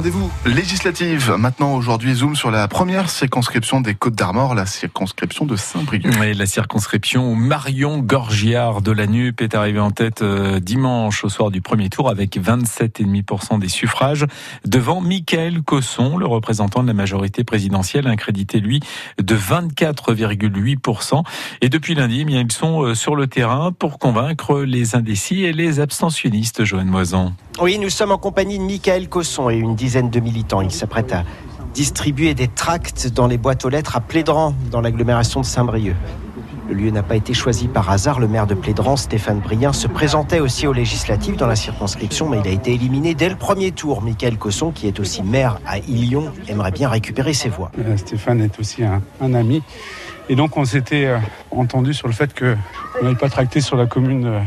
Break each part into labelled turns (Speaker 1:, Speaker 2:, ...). Speaker 1: Rendez-vous législative. Maintenant, aujourd'hui, zoom sur la première circonscription des Côtes d'Armor, la circonscription de Saint-Brieuc.
Speaker 2: Et la circonscription où Marion Gorgiard de la NUP est arrivée en tête euh, dimanche au soir du premier tour avec 27,5% des suffrages devant Michael Cosson, le représentant de la majorité présidentielle, incrédité lui de 24,8%. Et depuis lundi, eh bien, ils sont euh, sur le terrain pour convaincre les indécis et les abstentionnistes, Joanne Moisan.
Speaker 3: Oui, nous sommes en compagnie de Michael Cosson et une dizaine de militants. Il s'apprête à distribuer des tracts dans les boîtes aux lettres à Plédran, dans l'agglomération de Saint-Brieuc. Le lieu n'a pas été choisi par hasard. Le maire de Plédran, Stéphane Brien, se présentait aussi aux législatives dans la circonscription, mais il a été éliminé dès le premier tour. Michael Cosson, qui est aussi maire à Ilion, aimerait bien récupérer ses voix.
Speaker 4: Euh, Stéphane est aussi un, un ami. Et donc, on s'était euh, entendu sur le fait que on n'allait pas tracter sur la commune euh,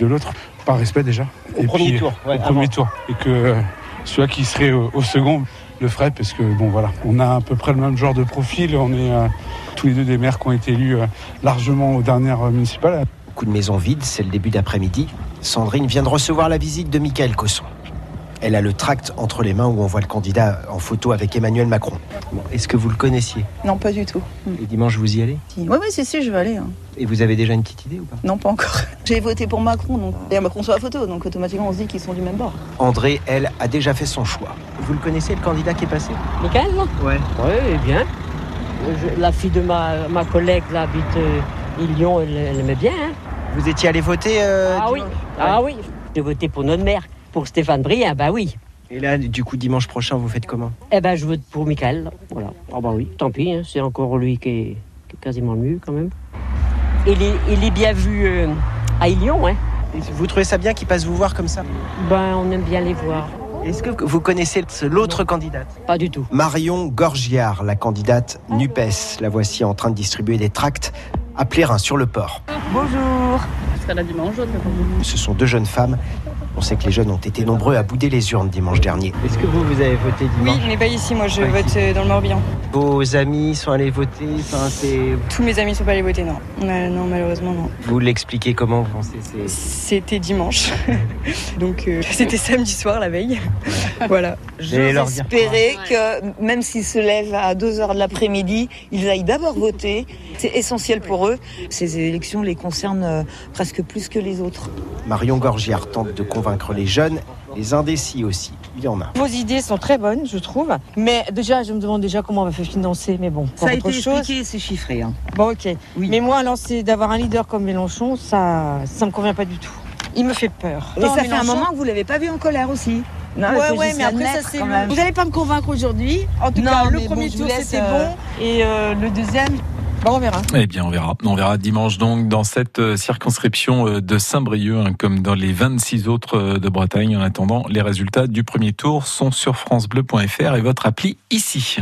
Speaker 4: de l'autre, par respect déjà.
Speaker 3: Au premier tour, ouais,
Speaker 4: au
Speaker 3: avant.
Speaker 4: premier tour. Et que euh, celui qui serait au, au second le ferait, parce que, bon, voilà, on a à peu près le même genre de profil. On est euh, tous les deux des maires qui ont été élus euh, largement aux dernières euh, municipales.
Speaker 3: Beaucoup de maisons vides, c'est le début d'après-midi. Sandrine vient de recevoir la visite de Michael Cosson. Elle a le tract entre les mains où on voit le candidat en photo avec Emmanuel Macron. Bon, Est-ce que vous le connaissiez
Speaker 5: Non, pas du tout.
Speaker 6: Hmm.
Speaker 3: Et dimanche, vous y allez
Speaker 5: Si. Ouais, ouais, si, si, je vais aller. hein.
Speaker 3: Et vous avez déjà une petite idée ou pas
Speaker 5: Non, pas encore. J'ai voté pour Macron, donc. Et Macron sur la photo, donc automatiquement on se dit qu'ils sont du même bord.
Speaker 3: André, elle, a déjà fait son choix. Vous le connaissez, le candidat qui est passé
Speaker 6: Michael là
Speaker 3: Ouais.
Speaker 6: Oui, eh bien. Je- la fille de ma, ma collègue là, habite euh, Lyon, elle, elle aimait bien. hein.
Speaker 3: Vous étiez allé voter euh,
Speaker 6: ah oui,
Speaker 3: dimanche
Speaker 6: ah oui. J'ai voté pour notre maire, pour Stéphane Brien, bah oui.
Speaker 3: Et là, du coup, dimanche prochain, vous faites comment
Speaker 6: Eh ben je vote pour Michael, là. voilà. Ah bah oui, tant pis, hein, c'est encore lui qui est, qui est quasiment le mieux quand même. Il est, il est bien vu euh, à Lyon, hein.
Speaker 3: Et Vous trouvez ça bien qu'il passe vous voir comme ça
Speaker 6: Ben on aime bien les voir.
Speaker 3: Est-ce que vous connaissez ce- l'autre candidate
Speaker 6: Pas du tout.
Speaker 3: Marion Gorgiard, la candidate NUPES. La voici en train de distribuer des tracts à Plérin, sur le port.
Speaker 7: Bonjour. Je serai là dimanche, je serai pour vous.
Speaker 3: Ce sont deux jeunes femmes. On sait que les jeunes ont été nombreux à bouder les urnes dimanche dernier. Est-ce que vous, vous avez voté
Speaker 8: Oui, on n'est pas ici, moi je
Speaker 3: Pas
Speaker 8: vote
Speaker 3: ici.
Speaker 8: euh, dans le Morbihan.
Speaker 3: Vos amis sont allés voter enfin, c'est-
Speaker 8: Tous mes amis sont pas allés voter, non. Euh, non, malheureusement, non.
Speaker 3: Vous l'expliquez comment vous pensez c'est-
Speaker 8: C'était dimanche. Donc euh, c'était samedi soir la veille. voilà.
Speaker 3: J'allais leur dire
Speaker 9: espérer que même s'ils se lèvent à 2 heures de l'après-midi, ils aillent d'abord voter. C'est essentiel pour eux. Ces élections les concernent euh, presque plus que les autres.
Speaker 3: Marion Gorgiard tente de convaincre les jeunes, les indécis aussi. Il y en a.
Speaker 10: Vos idées sont très bonnes, je trouve. Mais déjà, je me demande déjà comment on va faire financer. Mais bon, pour autre chose.
Speaker 9: c'est chiffré.
Speaker 5: hein.
Speaker 10: Bon, ok. Mais moi, alors, c'est d'avoir un leader comme Mélenchon, ça, ça me convient pas du tout. Il me fait peur.
Speaker 9: Et
Speaker 10: Non,
Speaker 9: ça fait
Speaker 10: Mélenchon-
Speaker 9: un moment que vous l'avez pas vu en colère aussi. Non,
Speaker 10: Ouais, ouais, mais après, ça, c'est long. Vous n'allez pas me convaincre aujourd'hui. En tout
Speaker 9: Non,
Speaker 10: cas,
Speaker 9: mais
Speaker 10: le
Speaker 9: bon,
Speaker 10: premier
Speaker 9: je vous
Speaker 10: tour,
Speaker 9: laisse,
Speaker 10: c'était
Speaker 9: euh,
Speaker 10: bon. Et euh, le deuxième, bon, on verra.
Speaker 2: Eh bien, on verra. On verra dimanche donc dans cette euh, circonscription euh, de Saint-Brieuc, hein, comme dans les 26 autres euh, de Bretagne. En attendant, les résultats du premier tour sont sur francebleu.fr et votre appli ici.